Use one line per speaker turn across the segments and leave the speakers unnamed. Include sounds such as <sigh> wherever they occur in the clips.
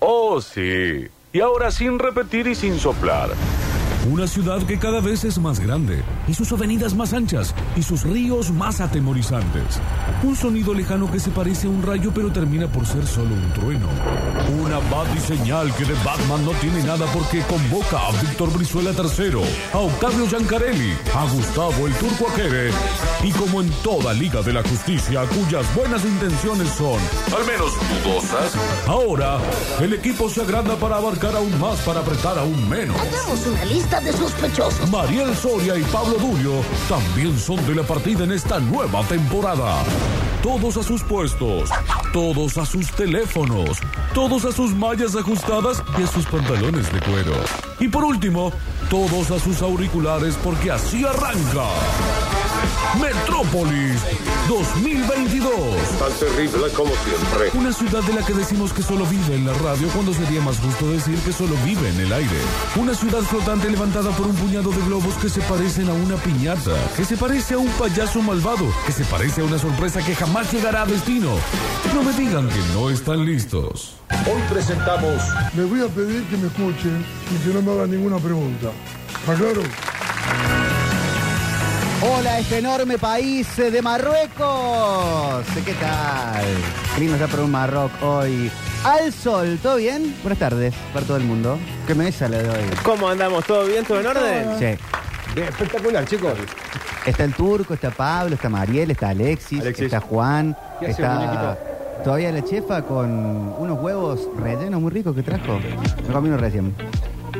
Oh, sí. Y ahora sin repetir y sin soplar.
Una ciudad que cada vez es más grande, y sus avenidas más anchas, y sus ríos más atemorizantes. Un sonido lejano que se parece a un rayo pero termina por ser solo un trueno. Una batiseñal que de Batman no tiene nada porque convoca a Víctor Brizuela III, a Octavio Giancarelli, a Gustavo el Turco Aquere, y como en toda Liga de la Justicia cuyas buenas intenciones son,
Al menos dudosas.
ahora el equipo se agranda para abarcar aún más para apretar aún menos.
Hagamos una lista de sospechosos.
Mariel Soria y Pablo Durio también son de la partida en esta nueva temporada. Todos a sus puestos, todos a sus teléfonos, todos a sus mallas ajustadas y a sus pantalones de cuero. Y por último, todos a sus auriculares porque así arranca. Metrópolis 2022.
Tan terrible como siempre.
Una ciudad de la que decimos que solo vive en la radio cuando sería más justo decir que solo vive en el aire. Una ciudad flotante levantada por un puñado de globos que se parecen a una piñata, que se parece a un payaso malvado, que se parece a una sorpresa que jamás llegará a destino. No me digan que no están listos.
Hoy presentamos
Les voy a pedir que me escuchen y que no me hagan ninguna pregunta. ¿Está claro?
Hola, este enorme país eh, de Marruecos. ¿Qué tal? Qué lindo está por un Marroc hoy. Al sol, ¿todo bien? Buenas tardes para todo el mundo. ¿Qué mesa le doy?
¿Cómo andamos? ¿Todo bien? ¿Todo en orden?
Sí.
Bien, espectacular, chicos.
Está el turco, está Pablo, está Mariel, está Alexis,
Alexis.
está Juan,
¿Qué hace,
está
muñequito?
todavía la chefa con unos huevos rellenos muy ricos que trajo. Me comí uno recién.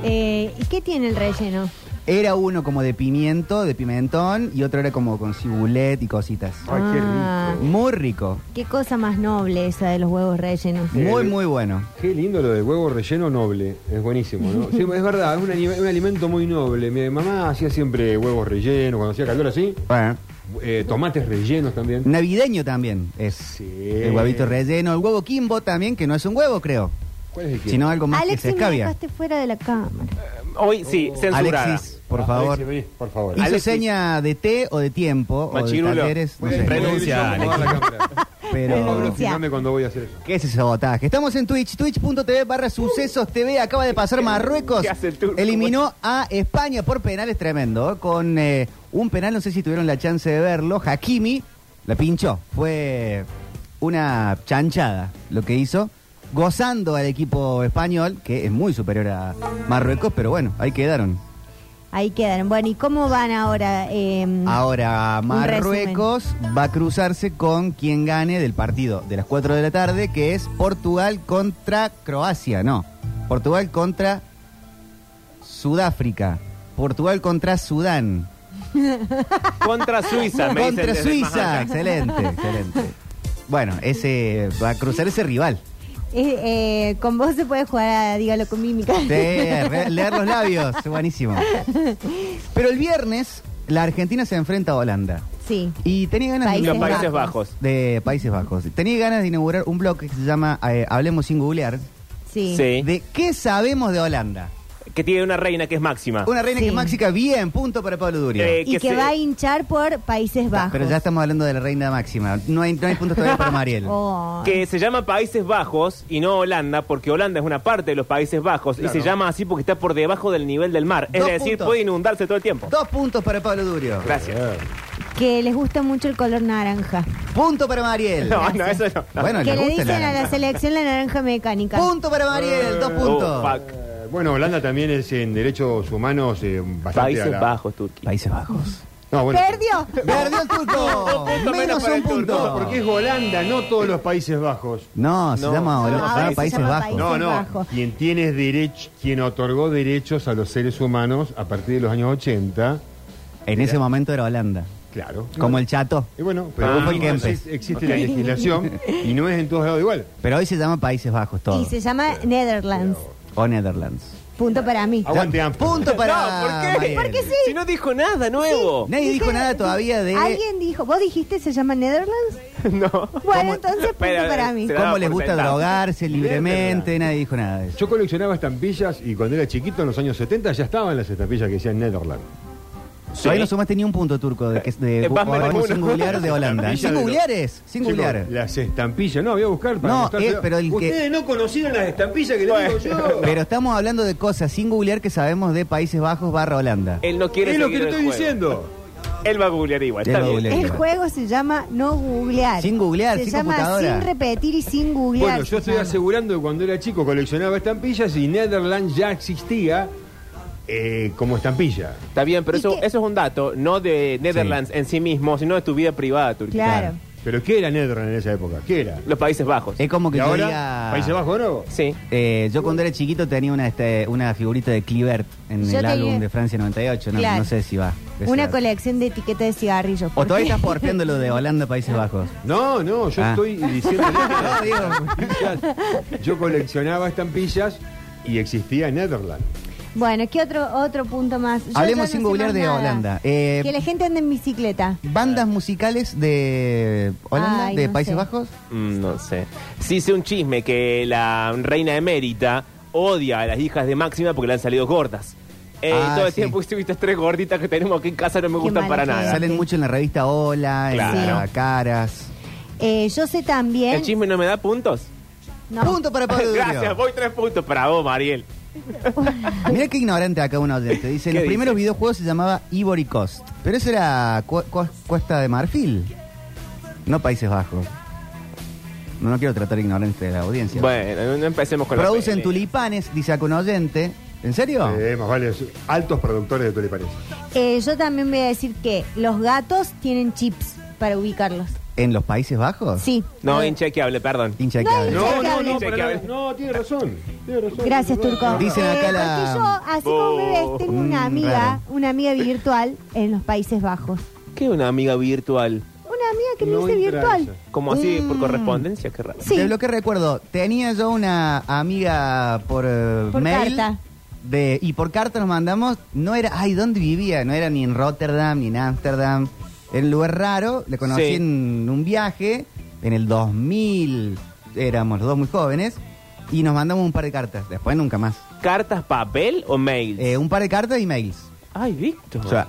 Eh, ¿Y qué tiene el relleno?
Era uno como de pimiento, de pimentón, y otro era como con cibulet y cositas.
Ay, qué
Ah.
rico.
Muy rico.
Qué cosa más noble esa de los huevos rellenos.
Muy, muy bueno.
Qué lindo lo del huevo relleno noble. Es buenísimo, ¿no? Sí, es verdad, es un, ani- un alimento muy noble. Mi mamá hacía siempre huevos rellenos, cuando hacía calor así.
Bueno.
Eh, tomates rellenos también.
Navideño también es.
Sí.
El huevito relleno, el huevo quimbo también, que no es un huevo, creo.
¿Cuál es el que?
Sino algo más que
Alexis,
se
me
escabia.
dejaste fuera de la cámara.
Hoy sí, censurada.
Oh. Alexis, por
Ah,
favor. Ah,
Alexis, vení, por favor.
Hizo
Alexis.
seña de té o de tiempo o
Machirulo.
de talleres, no
Voy a-
sé.
voy a-
Renuncia,
voy a acomodar la cámara.
Pero.
Renuncia.
Fíjame cuando voy a hacer eso.
¿Qué es ese sabotaje? Estamos en Twitch, twitch.tv barra sucesos TV. Acaba de pasar Marruecos.
¿Qué hace el turco?
Eliminó a España por penales tremendo. Con eh, un penal, no sé si tuvieron la chance de verlo. Hakimi la pinchó. Fue una chanchada lo que hizo. Gozando al equipo español, que es muy superior a Marruecos, pero bueno, ahí quedaron.
Ahí quedaron. Bueno, ¿y cómo van ahora? Eh,
Ah. Ahora
Un resumen.
Marruecos va a cruzarse con quien gane del partido de las 4 de la tarde, que es Portugal contra Croacia, no. Portugal contra Sudáfrica. Portugal contra Sudán.
Contra Suiza, me dicen
Contra
desde
Suiza.
Manhattan. <laughs>
Excelente, excelente. Bueno, ese va a cruzar ese rival.
eh, eh, con vos se puede jugar a Dígalo con mímica.
Sí, re- leer los labios, buenísimo. Pero el viernes la Argentina se enfrenta a Holanda.
<laughs> Sí.
Y tenía ganas
Países
Los
de
Países Bajos.
de Países Bajos. Tenía ganas de inaugurar un blog que se llama eh, Hablemos sin googlear.
Sí.
Sí.
De qué sabemos de Holanda.
Que tiene una reina que es máxima.
Una reina que
Sí.
es máxica, bien, punto para Pablo Durio.
Ah. Eh,
Y que,
que se-
va a hinchar por Países
Ta,
Bajos.
Pero ya estamos hablando de la reina máxima. No hay, no hay puntos todavía para Mariel.
Oh.
Que se llama Países Bajos y no Holanda, porque Holanda es una parte de los Países Bajos y se llama así porque está por debajo del nivel del mar. Es
Dos
decir,
puntos.
puede inundarse todo el tiempo.
Dos puntos para Pablo Durio.
Gracias.
Que les gusta mucho el color naranja.
Punto para Mariel.
No, no, eso no. no.
Bueno,
que
le
le
gusta
dicen
el
a la
naranja.
selección la naranja mecánica.
Punto para Mariel, dos puntos.
Oh, fuck.
Eh, bueno, Holanda también es en derechos humanos eh, bastante a
Países
la-
Bajos, Turquía. <laughs>
Países Bajos.
No, bueno.
Perdió.
Perdió el turco.
puntos menos
Menos
para
un
el turco,
No,
punto.
porque es Holanda, no todos los Países Bajos.
No, se
No,
llama
no,
Holanda, se
ahora
llama
se
Países
llama
Bajos.
Países
No, no.
Bajos.
Quien tienes derech- quien otorgó derechos a los seres humanos a partir de los años 80,
En ese momento era Holanda.
claro.
Como el chato.
Y bueno, pero
Ah,
hoy
Kempes.
existe- existe la
<laughs>
legislación y no es en todos lados igual.
Pero hoy se llama Países Bajos todo.
Y se llama Netherlands.
O Netherlands.
Punto para mí.
Aguante Amsterdam.
Punto para.
No, ¿por qué?
Mariel.
Porque sí.
Si no dijo nada nuevo.
Nadie
Dije-
dijo nada todavía de
¿Alguien dijo? ¿Vos dijiste se llama Netherlands?
<laughs> No.
Bueno, entonces punto
Pero,
para mí.
se da
cómo les
por
gusta
sentado.
drogarse libremente.
Netherlands.
Nadie dijo nada de eso.
Yo coleccionaba estampillas y cuando era chiquito, en los años 70, ya estaban las estampillas que decían Netherlands.
Sí.
Todavía no sumaste ni un punto turco de, que, de,
<laughs>
Eh, vas menos
podemos
uno.
singular de Holanda.
Estampilla de los-
Singulares, singulares.
Chicos, Las estampillas, no, voy a buscar para
No,
mostrárselas.
eh, pero el que-
Ustedes no conocieron las estampillas que le digo yo.
Pero estamos hablando de cosas singular que sabemos de Países Bajos barra Holanda.
Él no quiere
es lo que
seguir
le
el
estoy
juego.
diciendo.
Él va a googlear igual,
Él
está
va a
bien.
googlear.
El juego se llama no googlear.
Sin googlear,
se
sin
llama
computadora.
sin repetir y sin googlear.
Bueno, yo
se
estoy
llama.
asegurando que cuando era chico coleccionaba estampillas y Netherlands ya existía eh, como estampilla.
Está bien, pero
¿Y
eso,
qué?
eso es un dato, no de Netherlands en sí mismo, sino de tu vida privada, Turquía.
Claro.
Pero ¿qué era Netherlands en esa época? ¿Qué era?
Los Países Bajos.
Es como que
¿Y
yo
ahora?
diga-
¿Países Bajos no?
Sí.
Eh, yo cuando era chiquito tenía una, este, una figurita de Clivert en
Yo
el
tenía-
álbum de Francia 98. No,
Claro.
no sé si va.
Una
Esa-
colección de etiquetas de cigarrillos.
O
¿por
todavía
qué?
estás porfiando lo de Holanda, Países Bajos.
No, no, yo
Ah.
estoy diciendo.
No, digo,
yo coleccionaba estampillas y existía Netherlands.
<laughs> Bueno, ¿qué otro, otro punto más? Yo
Hablemos
ya
sin
sé
googlear
más
de Holanda. Eh,
que la gente ande en bicicleta.
bandas musicales de Holanda,
Ay,
de
no
Países
sé.
Bajos.
Mm, no sé. Sí hice un chisme que la reina emérita odia a las hijas de Máxima porque le han salido gordas. Eh,
Ah,
todo el
sí.
tiempo viste estas tres gorditas que tenemos aquí en casa no me
Qué
gustan
mala
para
gente.
nada.
Salen mucho en la revista Hola, en
Ah, Claro.
la Caras.
Eh, yo sé también.
El chisme no me da puntos.
No.
Punto
<laughs>
para Pablo Durio.
Gracias, voy tres puntos para vos, Mariel.
Mira qué ignorante acá uno oyente. Dice,
¿Qué
los
dice?
primeros videojuegos se llamaba Ivory Coast. Pero eso era cu- cu- Cuesta de Marfil. No Países Bajos. No, no quiero tratar ignorante de la audiencia.
Bueno, no- no empecemos con la
Producen
peli.
tulipanes, dice acá un oyente. ¿En serio?
Eh, más vale, altos productores de tulipanes.
Eh, yo también voy a decir que los gatos tienen chips para ubicarlos.
¿En los Países Bajos?
Sí.
No,
Eh,
inchequeable, perdón.
Hincha de cabeza.
No,
No, no,
Inchequeable.
no, para nada. no, tiene razón. tiene razón.
Gracias, Turco.
Dicen acá
Eh,
la-
Porque yo, así como me ves, tengo
Mm,
una amiga,
raro.
una amiga virtual en los Países Bajos.
¿Qué una amiga virtual?
Una amiga que me
No
dice
entra
virtual.
esa.
Como así por
Mm.
correspondencia, qué raro.
Sí.
De lo que recuerdo, tenía yo una amiga por, eh,
Por
mail.
carta.
De, y por carta nos mandamos, no era, ay, ¿dónde vivía? No era ni en Rotterdam, ni en Ámsterdam. Era un lugar raro, le conocí
Sí.
en un viaje, en el 2000, éramos los dos muy jóvenes, y nos mandamos un par de cartas, después nunca más.
¿Cartas papel o mail?
Eh, un par de cartas y mails.
Ay, Víctor.
O sea,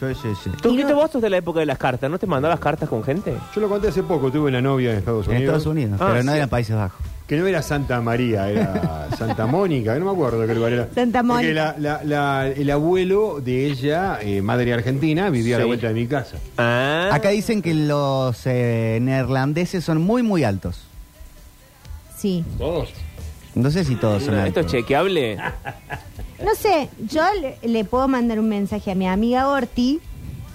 yo, yo, yo.
¿Tú
Y
qué
no-
te vos sos de la época de las cartas? ¿No te mandabas cartas con gente?
Yo lo conté hace poco, tuve una novia en Estados
En
Unidos.
Estados Unidos,
Ah,
pero no
sí.
eran Países Bajos.
Que no era Santa María,
<laughs>
era Santa Mónica, no me acuerdo qué lugar era.
Santa
Porque la- la- la- el abuelo de ella, eh, madre argentina, vivía a la
Sí.
vuelta de mi casa.
Ah.
Acá dicen que los eh, neerlandeses son muy, muy altos.
Sí.
No sé si todos son
Bueno, ¿Esto
altos.
es chequeable?
No sé, yo le, le puedo mandar un mensaje a mi amiga Orti.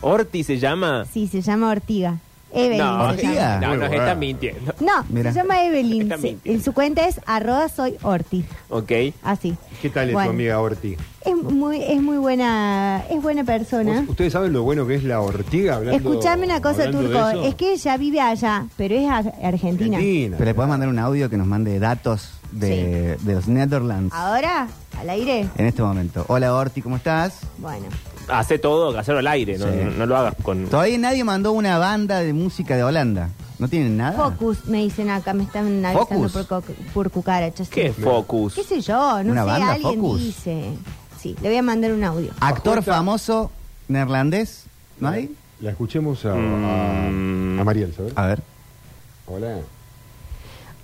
¿Orti se llama?
Sí, se llama Ortiga. Evelyn.
No,
se llama.
¿Ortiga?
no,
Muy
nos
bueno.
está mintiendo.
No,
Mira.
se llama Evelyn.
Está
Se-
mintiendo.
en su cuenta es arroba soy Orti.
Ok.
Así.
¿Qué tal es
Bueno,
tu amiga Ortiz?
Es muy, es muy buena, es buena persona.
¿Ustedes saben lo bueno que es la ortiga? Hablando,
Escuchame una cosa,
hablando de
Turco.
eso?
Es que ella vive allá, pero es ar- argentina.
Argentina.
Pero le podemos mandar un audio que nos mande datos de, de los Netherlands
Ahora, al aire.
en este momento. Hola Orti, ¿cómo estás?
Bueno.
Hace todo, hacerlo al aire, no,
Sí.
no, no lo hagas con...
Todavía nadie mandó una banda de música de Holanda. ¿No tienen nada?
Focus, me dicen acá, me están avisando
Focus.
por, co- por cucarachas.
¿Qué es Focus?
¿Qué sé yo? No
¿Una
sé,
banda
alguien
Focus?
dice. Sí, le voy a mandar un audio.
Actor
Ojuta.
famoso neerlandés. ¿No hay? Ah.
La escuchemos a, a,
Mm.
a Mariel, ¿sabes?
A ver.
Hola.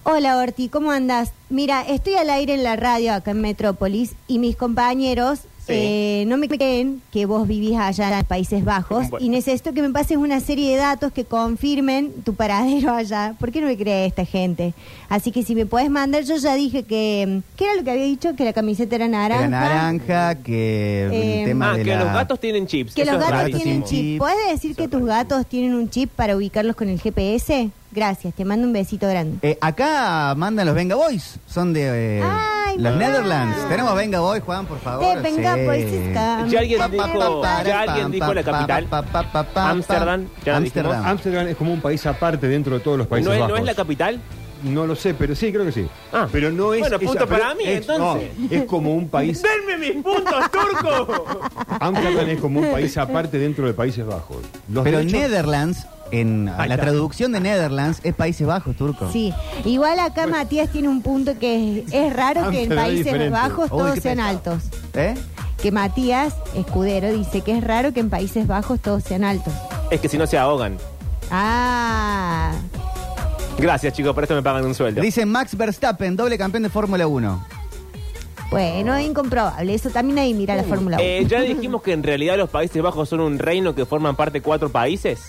Hola Orti, ¿cómo andas? Mira, estoy al aire en la radio acá en Metrópolis y mis compañeros
Sí.
eh, no me creen que vos vivís allá en Países Bajos
Bueno.
y necesito que me pases una serie de datos que confirmen tu paradero allá. ¿Por qué no me cree esta gente? Así que si me podés mandar, yo ya dije que... ¿Qué era lo que había dicho? Que la camiseta era naranja.
La naranja, que el
Eh,
tema
Ah,
de
que
la...
los gatos tienen chips.
Que
Eso
los
es
gatos
rarísimo.
tienen
tienen
chip.
chip.
¿Puedes decir que tus gatos tienen un chip para ubicarlos con el GPS? Gracias, te mando un besito grande.
Eh, acá mandan los Venga Boys. Son de eh,
Ay,
los
mirá.
Netherlands. Tenemos Venga Boys, Juan, por favor.
Te venga,
Sí.
pues, está.
Ya alguien
Pa, pa,
dijo,
pa,
ya
pa,
alguien
pa,
dijo la
pa,
capital.
pa, pa, pa, pa, pa.
Ámsterdam, ya lo dijimos.
Ámsterdam.
Ámsterdam es como un país aparte dentro de todos los países
¿No es,
bajos.
¿No es la capital?
No lo sé, pero sí, creo que sí.
Ah.
Pero no es...
Bueno,
esa-
punto
pero
para mí,
es-
entonces.
no, es como
<laughs>
un país...
¡Denme mis puntos, turco!
Ámsterdam es como un país aparte dentro de Países Bajos. Los
Pero
derechos-
Netherlands, en la traducción de Netherlands es Países Bajos, turco.
Sí, igual acá Matías tiene un punto que es, es raro que en
Ámsterdam es
Países
diferente.
Bajos
Uy,
todos
qué
sean
pesado.
altos.
¿Eh?
que Matías Escudero dice que es raro que en Países Bajos todos sean altos.
<laughs> Es que si no se ahogan.
Ah,
Gracias, chicos, por esto me pagan un sueldo.
Dice Max Verstappen, doble campeón de Fórmula 1.
bueno, es incomprobable. Eso también ahí mira la Fórmula 1.
Eh, ya dijimos que en realidad los Países Bajos son un reino que forman parte de cuatro países.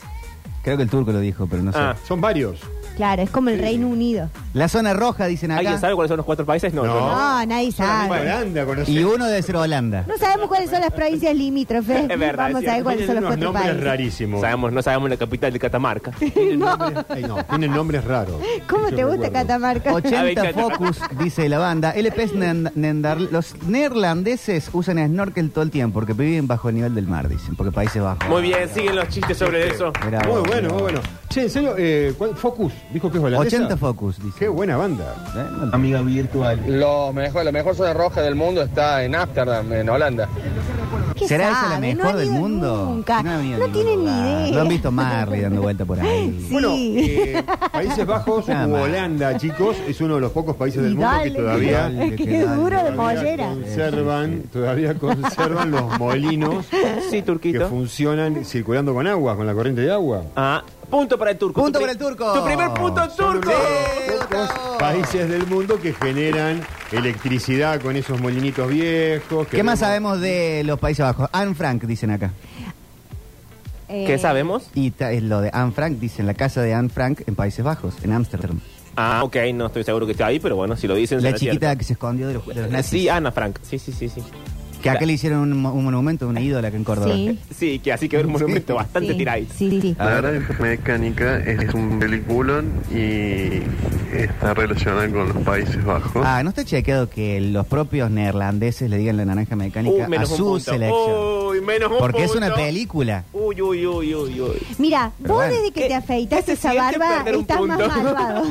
Creo que el turco lo dijo, pero no sé.
Ah.
Son varios.
Claro, es como el Reino Unido.
La zona roja, dicen
¿Alguien
acá.
sabe cuáles son los cuatro países? No,
No.
yo no.
No, nadie sabe.
Holanda, conocés.
Y uno debe ser Holanda.
No sabemos cuáles son las provincias limítrofes.
Es verdad,
Vamos
es
a
cierto.
ver cuáles son
Tienen
los
unos
cuatro
nombres
países.
rarísimos.
Sabemos, no sabemos la capital de Catamarca.
Tienen nombres- ay, no, tienen nombres raros.
¿Cómo
Yo
te gusta
recuerdo.
<laughs>
Catamarca?
A ver,
80
Cata.
Focus, dice la banda. LPs nen- nendar- los neerlandeses usan snorkel todo el tiempo porque viven bajo el nivel del mar, dicen, porque Países Bajos.
Muy bien, siguen los chistes sobre eso.
Mirá
Muy
vos,
bueno,
mirá vos.
muy bueno. Che, en serio, eh, ¿cuál- Focus, dijo que es holandesa.
80 Focus, dice.
Qué buena banda.
Eh, no-
Lo mejor, la mejor zona roja del mundo está en Ámsterdam, en Holanda.
¿Qué
¿Será esa la
sabe?
mejor
No han
del
ido
mundo?
Nunca.
Sí,
No,
han ido a ningún
tienen ni
lugar.
idea.
Lo han visto Marley dando vuelta por ahí.
<laughs> Sí.
Bueno, eh, Países Bajos
Nada
u
más.
Holanda, chicos, es uno de los pocos países del
Y
mundo que
dale,
todavía
dale.
<laughs> Es que qué duro de
todavía
mollera.
conservan, todavía conservan los molinos
<laughs>
Sí,
que
Turquito.
funcionan circulando con agua, con la corriente de agua.
Ah, punto para el turco.
Punto
Tu
para el
pri-
turco.
Tu primer punto,
Son
turco.
uno de los pocos países del mundo que generan electricidad con esos molinitos viejos. que
¿Qué más
vemos.
sabemos de los Países Bajos? Anne Frank, dicen acá.
Eh,
¿Qué sabemos?
Y ta- es lo de Anne Frank, dicen la casa de Anne Frank en Países Bajos, en Ámsterdam.
Ah, ok, no estoy seguro que esté ahí, pero bueno, si lo dicen,
La
será
chiquita
cierto.
que se escondió de los, de los nazis.
Sí, Ana Frank. Sí, sí, sí, sí.
que acá le hicieron un, mo- un monumento, una ídola que en Córdoba.
Sí.
Sí, que así quedó el monumento bastante
sí,
tiradito.
Sí, sí.
A ver,
Mecánica es un peliculón y está relacionada con los Países Bajos.
ah, ¿no está chequeado que los propios neerlandeses le digan la naranja mecánica
Uh,
a
menos un
su
punto.
selección?
Uy, menos un
Porque es
punto.
una película.
Uy, uy, uy, uy, uy.
Mira,
Pero
vos
bueno.
desde que
¿Qué-
te afeitaste
qué se
esa
siente
barba
perder un
estás más
punto? <laughs>
malvado.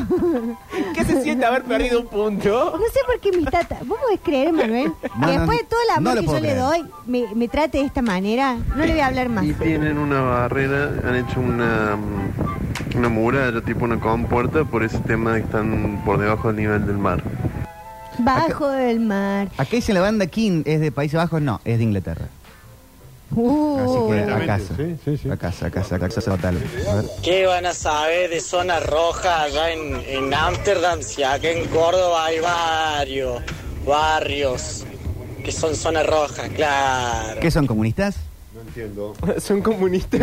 ¿Qué se siente haber perdido un punto?
No sé por qué mis tatas. ¿Vos podés creer, Manuel?
No,
que
no,
después de todo el
no
amor
lo
que yo
puedo
le
creer.
doy, me, me trate de esta manera. No le voy a hablar más.
Y tienen una barrera, han hecho una, mm, una muralla, tipo una compuerta, por ese tema de que están por debajo del nivel del mar.
Bajo el mar.
Acá dice la banda King, ¿es de Países Bajos? No, es de Inglaterra. Así
Uh,
que a
Completamente,
casa.
sí, sí, sí.
A casa, a casa, a casa, total. A ver.
¿Qué van a saber de zona roja allá en en Ámsterdam? si acá en Córdoba hay varios barrios que son zona roja, claro.
¿Qué son comunistas? ¿Eh?
No entiendo.
<laughs> Son comunistas.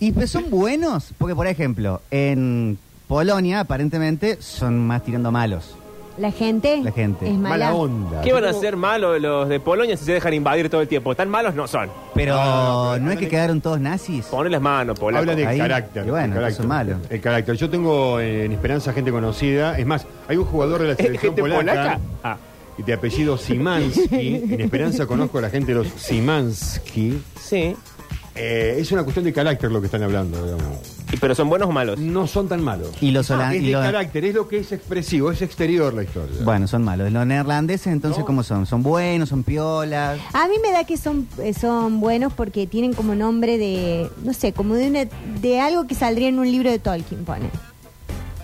Y pues son buenos, porque por ejemplo, en Polonia aparentemente son más tirando malos.
la gente.
La gente.
Es mala.
Mala onda.
¿Qué van a hacer malos los de Polonia si se dejan invadir todo el tiempo? Tan malos no son.
Pero
Ah,
no,
pero
es que
no-
quedaron todos nazis.
Ponen las manos, polaco.
Habla de
Ahí.
carácter.
Y bueno,
el carácter.
eso es malo.
El carácter. Yo tengo eh, en Esperanza gente conocida. Es más, hay un
<laughs>
jugador de la selección
¿Gente
polaca.
¿Este polaca? Ah.
Y de apellido Simansky.
<laughs>
En Esperanza conozco a la gente de los Simansky.
Sí.
Eh, es una cuestión de carácter lo que están hablando, digamos.
¿Y pero son buenos o malos?
No son tan malos.
Y los holan-
es
y
de
los-
carácter, es lo que es expresivo, es exterior la historia.
Bueno, son malos. Los neerlandeses, entonces, ¿cómo son? ¿Son buenos? ¿Son piolas?
A mí me da que son, eh, son buenos porque tienen como nombre de, no sé, como de, una, de algo que saldría en un libro de Tolkien, pone.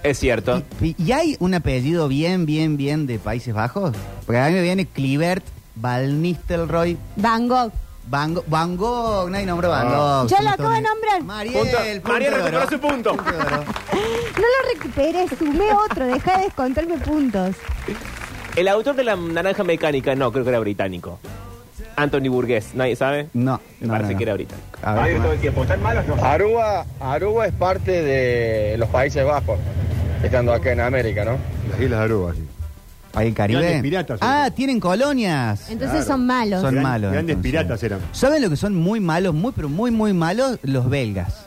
Es cierto.
¿Y, y hay un apellido bien, bien, bien de Países Bajos? Porque a mí me viene Clivert, Van Nistelrooy,
Van Gogh.
Van, Go- Van Gogh. Nadie nombró Van
Ah.
Gogh.
Yo
Son
lo
todos
acabo de
ne-
nombrar.
Mariel,
Punto.
punto
Mariel
de oro.
recuperó su punto.
de oro.
No lo recuperé, sumé
<laughs>
otro, deja de descontarme puntos.
El autor de la naranja mecánica, no, creo que era británico. Anthony Burgess, ¿nadie sabe?
<laughs> No,
Me
no,
parece
no, no.
que era británico.
A ver, ¿cómo es?
Aruba, Aruba es parte de los Países Bajos, estando acá en América, ¿no?
Las Islas Aruba, sí.
¿Hay el Caribe?
Grandes piratas,
ah,
seguro.
tienen colonias.
Entonces son malos. Uh,
Son
Gran-
malos.
Grandes
Ah, entonces.
piratas
eh.
eran.
¿Saben lo que son muy malos, muy, pero muy, muy malos? Los belgas.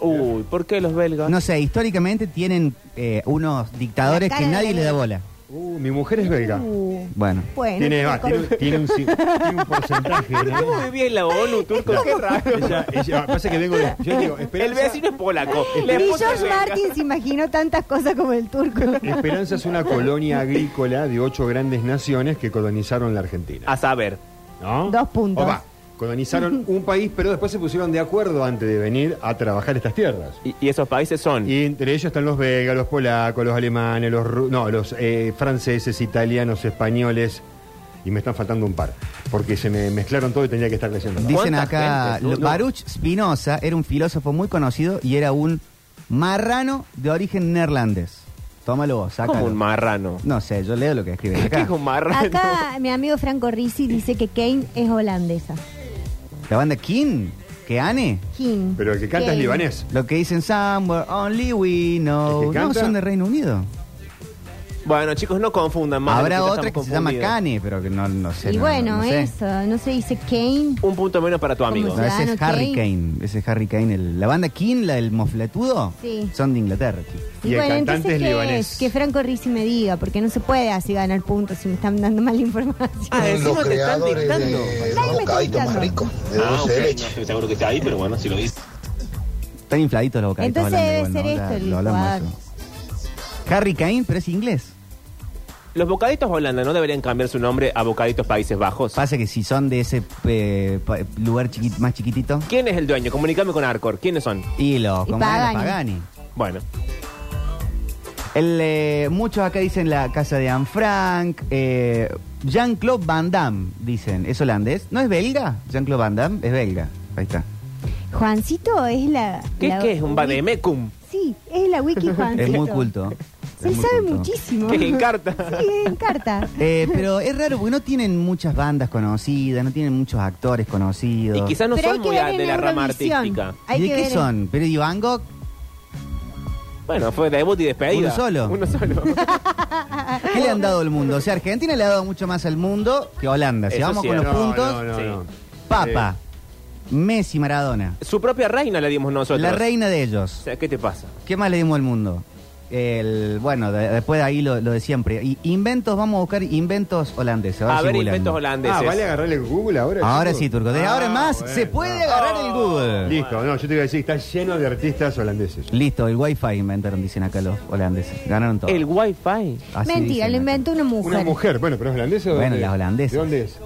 Uy, ¿por qué los belgas?
No sé, históricamente tienen eh, unos dictadores
La
que
cara de
nadie
la
le da
ley.
bola.
Uh, mi mujer es belga.
Uh,
Bueno.
bueno,
Tiene,
te
va, tiene,
corto.
tiene un, ci- tiene un porcentaje.
este ¿Cómo
¿no?
vivía en la ONU, turco? Qué raro.
Ella, ella- pasa que vengo de. Yo digo,
El
Esperanza,
vecino es polaco.
este,
La
Ni
esposa es
George
belga.
Martin se imaginó tantas cosas como el turco.
<laughs> Esperanza es una colonia agrícola de ocho grandes naciones que colonizaron la Argentina.
A saber,
¿no?
Dos puntos.
O va, colonizaron un país, pero después se pusieron de acuerdo antes de venir a trabajar estas tierras.
y, y esos países son.
Y entre ellos están los belgas, los polacos, los alemanes, los ru- no, los eh, franceses, italianos, españoles, y me están faltando un par. Porque se me mezclaron todo y tenía que estar leyendo.
Dicen acá, lo- Baruch Spinoza era un filósofo muy conocido y era un marrano de origen neerlandés. Tómalo vos, sácalo.
Como un marrano.
No sé, yo leo lo que
<laughs>
escriben acá.
es un marrano?
Acá mi amigo Franco Risi dice que Kane es holandesa.
La banda King, que Ane.
King.
Pero el que canta es
Kane.
libanés.
Lo que dicen Somewhere Only We
¿El
Know.
que
No,
canta?
son de Reino Unido.
Bueno, chicos, no confundan más.
Habrá
nosotros
otra que
estamos
se llama
confundidos.
Kane, pero que no, no sé.
y
no-
bueno,
no sé.
eso. No se dice Kane.
Un punto menos para tu amigo.
No, ese es
Ciudadano
Harry
Kane.
Kane. Ese es Harry Kane. el- la banda King, la del mofletudo,
Sí.
son de Inglaterra. chicos.
Y el cantante es
entonces, ¿qué
libanés.
Que Franco Risi me diga, porque no se puede así ganar puntos si me están dando mala información.
Ah, encima te están dictando.
Nadie me está dictando.
de
Ah,
dulce de leche.
seguro que está ahí, pero bueno, si lo dice.
Están infladitos los vocalistas.
Entonces
holandeses,
debe ser
ya
esto el
lo hablamos
jugador.
eso. Harry Kane, pero es inglés.
Los bocaditos Holanda no deberían cambiar su nombre a bocaditos Países Bajos.
Pasa que si son de ese eh, pa- lugar chiqui- más chiquitito.
¿Quién es el dueño? Comunicame con Arcor. ¿Quiénes son?
Y los
Y
como
Pagani.
los Pagani.
Bueno,
El, eh, muchos acá dicen la casa de Anne Frank. eh, Jean-Claude Van Damme, dicen. ¿Es holandés? ¿No es belga? Jean-Claude Van Damme es belga. Ahí está.
Juancito es la.
¿qué,
la-
qué es? ¿Un vademecum?
Sí, es la wiki Juancito.
<laughs> Es muy culto.
Él
Es muy
sabe
culto.
muchísimo.
¿Qué es en carta?
<laughs> Sí, es en carta.
Eh, pero es raro porque no tienen muchas bandas conocidas, no tienen muchos actores conocidos.
Y quizás no
Pero hay
son
que
muy
ver
a-
en
de la rama
Eurovisión.
artística.
Hay
¿Y de
que
qué
ver en-
son? ¿Pero y Van Gogh?
Bueno, fue debut y despedida.
¿Uno solo?
Uno
<laughs>
solo.
¿Qué le han dado al mundo? O sea, Argentina le ha dado mucho más al mundo que Holanda. Si
Eso
vamos
sí,
con los
no,
puntos,
No, no, no.
Papa, Messi, Maradona,
Su propia reina la dimos nosotros.
la reina de
O
ellos.
sea, ¿qué te pasa?
¿Qué más le dimos al mundo? El, bueno, de- después de ahí lo, lo de siempre. Y inventos, vamos a buscar inventos holandeses.
A,
si
ver,
googlean.
inventos holandeses.
Ah, ¿vale agarrarle Google ahora?
Ahora
chico?
sí, Turco. Desde
Ah,
ahora en más
bueno.
se puede agarrar el Google.
Listo, no, yo te iba a decir, está lleno de artistas holandeses.
Listo, el wifi inventaron, dicen acá los holandeses. Ganaron todo.
El wifi. <laughs>
Así
Mentira,
dicen
lo
acá.
inventó una mujer.
Una mujer, bueno, pero es holandesa. o
Bueno,
dónde?
las holandesas.
¿De dónde es?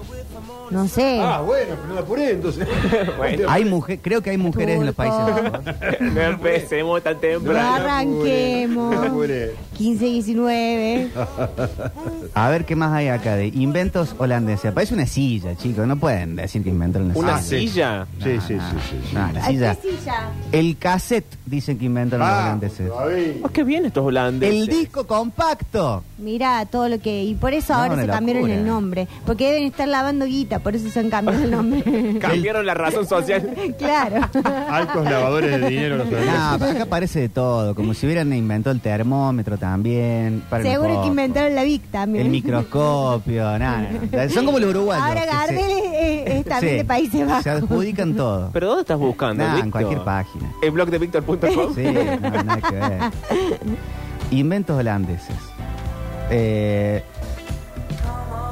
No sé.
Ah, bueno, pero no la apuré entonces.
<laughs> Bueno.
Hay mujer, creo que hay mujeres en los
Turco.
Países Bajos.
no empecemos tan
<laughs> No la apuré,
temprano.
Arranquemos.
no la apuré.
<laughs>
15, 19.
Ah, A ver qué más hay acá de inventos holandeses. Parece una silla, chicos. No pueden decir que inventaron una,
¿Una
silla.
silla?
Sí, sí, sí, sí. sí.
No, la
Ay, pues
silla.
qué silla.
El cassette dicen que inventaron
Ah,
los
Vamos,
holandeses.
todavía.
Oh, qué bien estos holandeses.
El disco compacto.
Mirá todo lo que. Y por eso
No,
ahora
una
se cambiaron
locura.
el nombre. Porque deben estar lavando guita, por eso se han cambiado
<laughs>
el nombre.
<laughs> Cambiaron la razón social.
claro.
Altos lavadores de dinero los
<laughs>
No,
holandeses.
pero acá parece de todo. Como si hubieran inventado el termómetro también. Paren un
<laughs> Seguro
poco.
que inventaron la VIC también.
El microscopio. Nada,
<laughs>
Son como los uruguayos.
Ahora
que se-
Gardel es, es- es también
Sí,
de Países Bajos.
Se adjudican todo.
¿Pero dónde estás buscando?
Nah, en
Víctor?
cualquier página.
El blog de Víctor.com.
Sí, no, nada que ver. Inventos holandeses. Eh,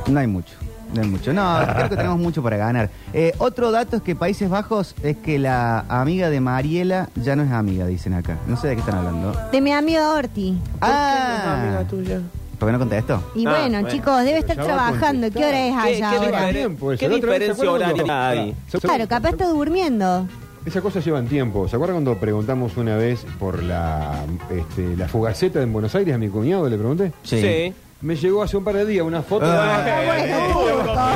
no hay mucho. No hay mucho. No, creo que tenemos mucho para ganar. Eh, otro dato es que Países Bajos es que la amiga de Mariela ya no es amiga, dicen acá. No sé de qué están hablando.
De mi amigo Orti.
Ah, ¿por qué no contesto?
Y
Ah,
bueno,
bueno.
chicos, debe estar
ya va
trabajando.
a
¿Qué hora es
contestar.
allá
¿Qué- qué
ahora?
diferencia?
Tiempo, eso.
¿Qué
La otra vez, ¿se
diferencia
acuerdan
horaria
cuando-
hay?
¿Se acuerdan-
Claro, capaz está durmiendo.
Esas cosas llevan tiempo. ¿Se acuerdan cuando preguntamos una vez por la, este, la fugaceta en Buenos Aires a mi cuñado? Le pregunté.
<laughs> Sí.
Me llegó hace un par de días una foto.
Ah,
bueno,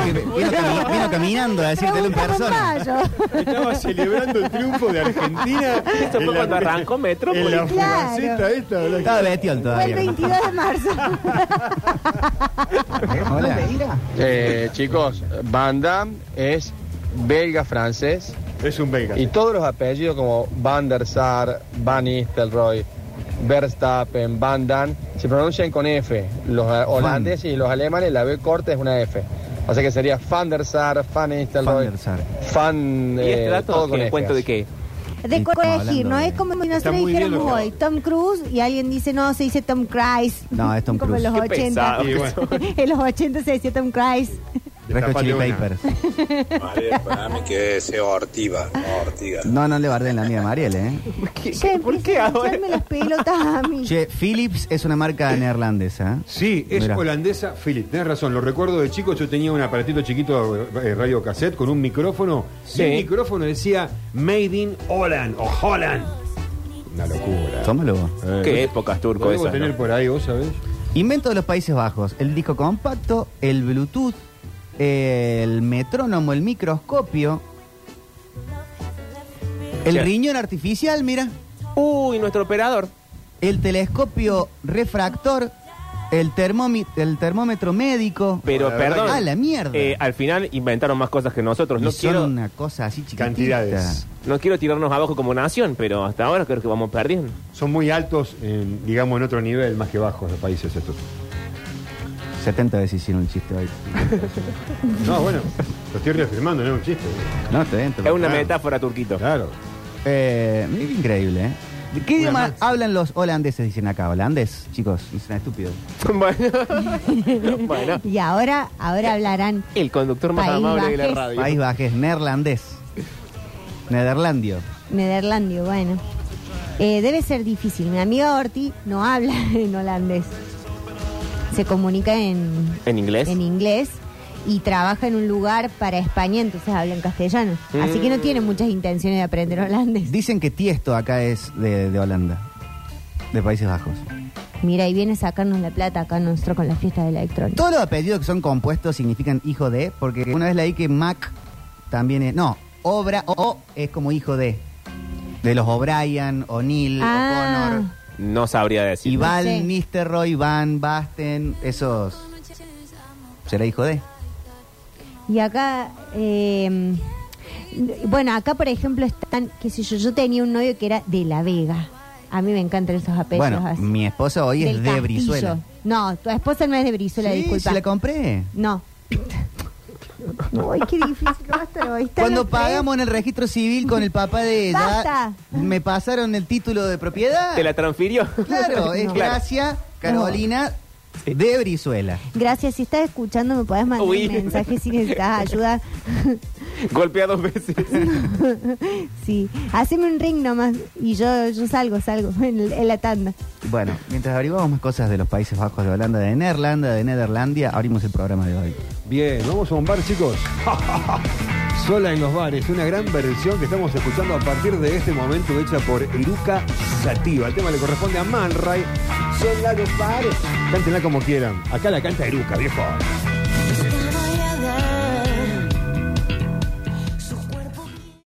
Vino, cami- vino caminando a decírtelo en
Pregunta con
persona.
Mayo.
Estaba celebrando el triunfo de Argentina.
Esto
En
fue
la-
cuando arrancó Metrópolis.
En la
Claro.
fugaceta esta. la-
Estaba Betiol
Fue el
todavía.
22 de marzo.
Hola.
Eh, chicos, Van Damme es belga-francés
Es un belga.
y todos los apellidos como Van der Sar, Van Nistelrooy, Verstappen, Van Damme se pronuncian con F. Los eh, holandeses y los alemanes la B corta es una F. O sea que sería Van der Sar, Van Nistelrooy,
Van der Sar.
Van...
¿Y este
eh, todo
dato
con
qué?
F,
cuento de
así.
qué?
De
Estamos
corregir,
hablando
no
de-
es como si
Está
nosotros
muy bien
dijéramos
lo que-
hoy Tom Cruise y alguien dice, no, se dice Tom Cruise.
No, es Tom
como
Cruise.
en los
Qué
80.
pesado.
Y bueno.
<laughs> en los 80 se decía Tom Cruise.
Red Hot Chili
Tapate una.
Papers.
Para mí que es Ortiga. Ortiga.
No, no le barden la amiga de Mariela, ¿eh?
Ya
¿Por <laughs>
empiezan
qué
a
ahora?
echarme las pelotas a mí.
Che, Philips es una marca neerlandesa. ¿eh?
Sí, es
Mirá.
holandesa, Philip. Tenés razón, lo recuerdo de chico, yo tenía un aparatito chiquito eh, radio cassette con un micrófono.
Sí.
Y el micrófono decía Made in Holland o Holland. Una locura.
Tómalo vos.
Eh,
Qué épocas
Lo
turco
debo
esas,
tener
¿no?
por ahí, vos sabés.
Invento de los Países Bajos. El disco compacto, el Bluetooth, el metrónomo, el microscopio, el
Sí.
riñón artificial, mira.
Uy, nuestro operador.
El telescopio refractor, el, termómi- el termómetro médico.
Pero
La verdad
perdón.
que- A la mierda.
eh, al final inventaron más cosas que nosotros.
Y
No
son
quiero,
una cosa así chiquitita.
Cantidades.
no quiero tirarnos abajo como nación, pero hasta ahora creo que vamos perdiendo.
Son muy altos, en, digamos, en otro nivel, más que bajos los países estos.
70 veces hicieron un chiste hoy.
No, bueno, lo estoy reafirmando, no es un chiste.
No, está bien, está
Es
bien.
una metáfora, Turquito.
Claro.
Eh, mira qué increíble, ¿eh? ¿De qué
Una
idioma
máxima.
hablan los holandeses? Dicen acá, holandés, chicos. Dicen estúpido.
<laughs> bueno, <laughs> bueno.
Y ahora, ahora hablarán.
El conductor más
País
amable de la
Bajes.
radio.
País Bajes, neerlandés. Nederlandio.
Nederlandio, bueno. Eh, debe ser difícil. Mi amiga Orti no habla <laughs> en holandés. Se comunica en,
¿En inglés?
en inglés y trabaja en un lugar para España, entonces habla en castellano. Así que no tiene
Mm.
muchas intenciones de aprender holandés.
Dicen que Tiesto acá es de, de Holanda. De Países Bajos.
Mira, y viene a sacarnos la plata acá nosotros con la fiesta de la electrónica.
Todos los apellidos que son compuestos significan hijo de, porque una vez leí que Mac también es. No, obra o, o es como hijo de. De los O'Brien, O'Neill,
Ah.
O'Connor.
No sabría decir.
Y Val,
Sí.
Nisterroy, Van, Basten, esos. ¿Será hijo de?
Y acá, eh, bueno, acá por ejemplo están, qué sé yo, yo tenía un novio que era de La Vega. A mí me encantan esos apellidos
bueno,
así.
mi esposa hoy es
Del
de
Castillo.
Brizuela.
No, tu esposa no es de Brizuela,
Sí,
disculpa.
se la compré.
No. Ay, qué difícil va a estar hoy. Están
Cuando
los tres.
pagamos en el registro civil con el papá
<laughs>
de ella,
Basta.
me pasaron el título de propiedad.
¿Te la transfirió? <laughs>
Claro, es
No.
Gracia Carolina de Brizuela.
Gracias, si estás escuchando me podés mandar
Uy.
un mensaje si necesitas ayuda.
Golpea dos veces.
sí, haceme un ring nomás y yo, yo salgo, salgo en, el- en la tanda.
Bueno, mientras averiguamos más cosas de los Países Bajos, de Holanda, de Neerlanda, de Nederlandia, abrimos el programa de hoy.
Bien, vamos a un bar, chicos. <laughs> Sola en los bares, una gran versión que estamos escuchando a partir de este momento hecha por Eruca Sativa. El tema le corresponde a Man Ray. Sola en los bares. Cántenla como quieran. Acá la canta Eruca, viejo.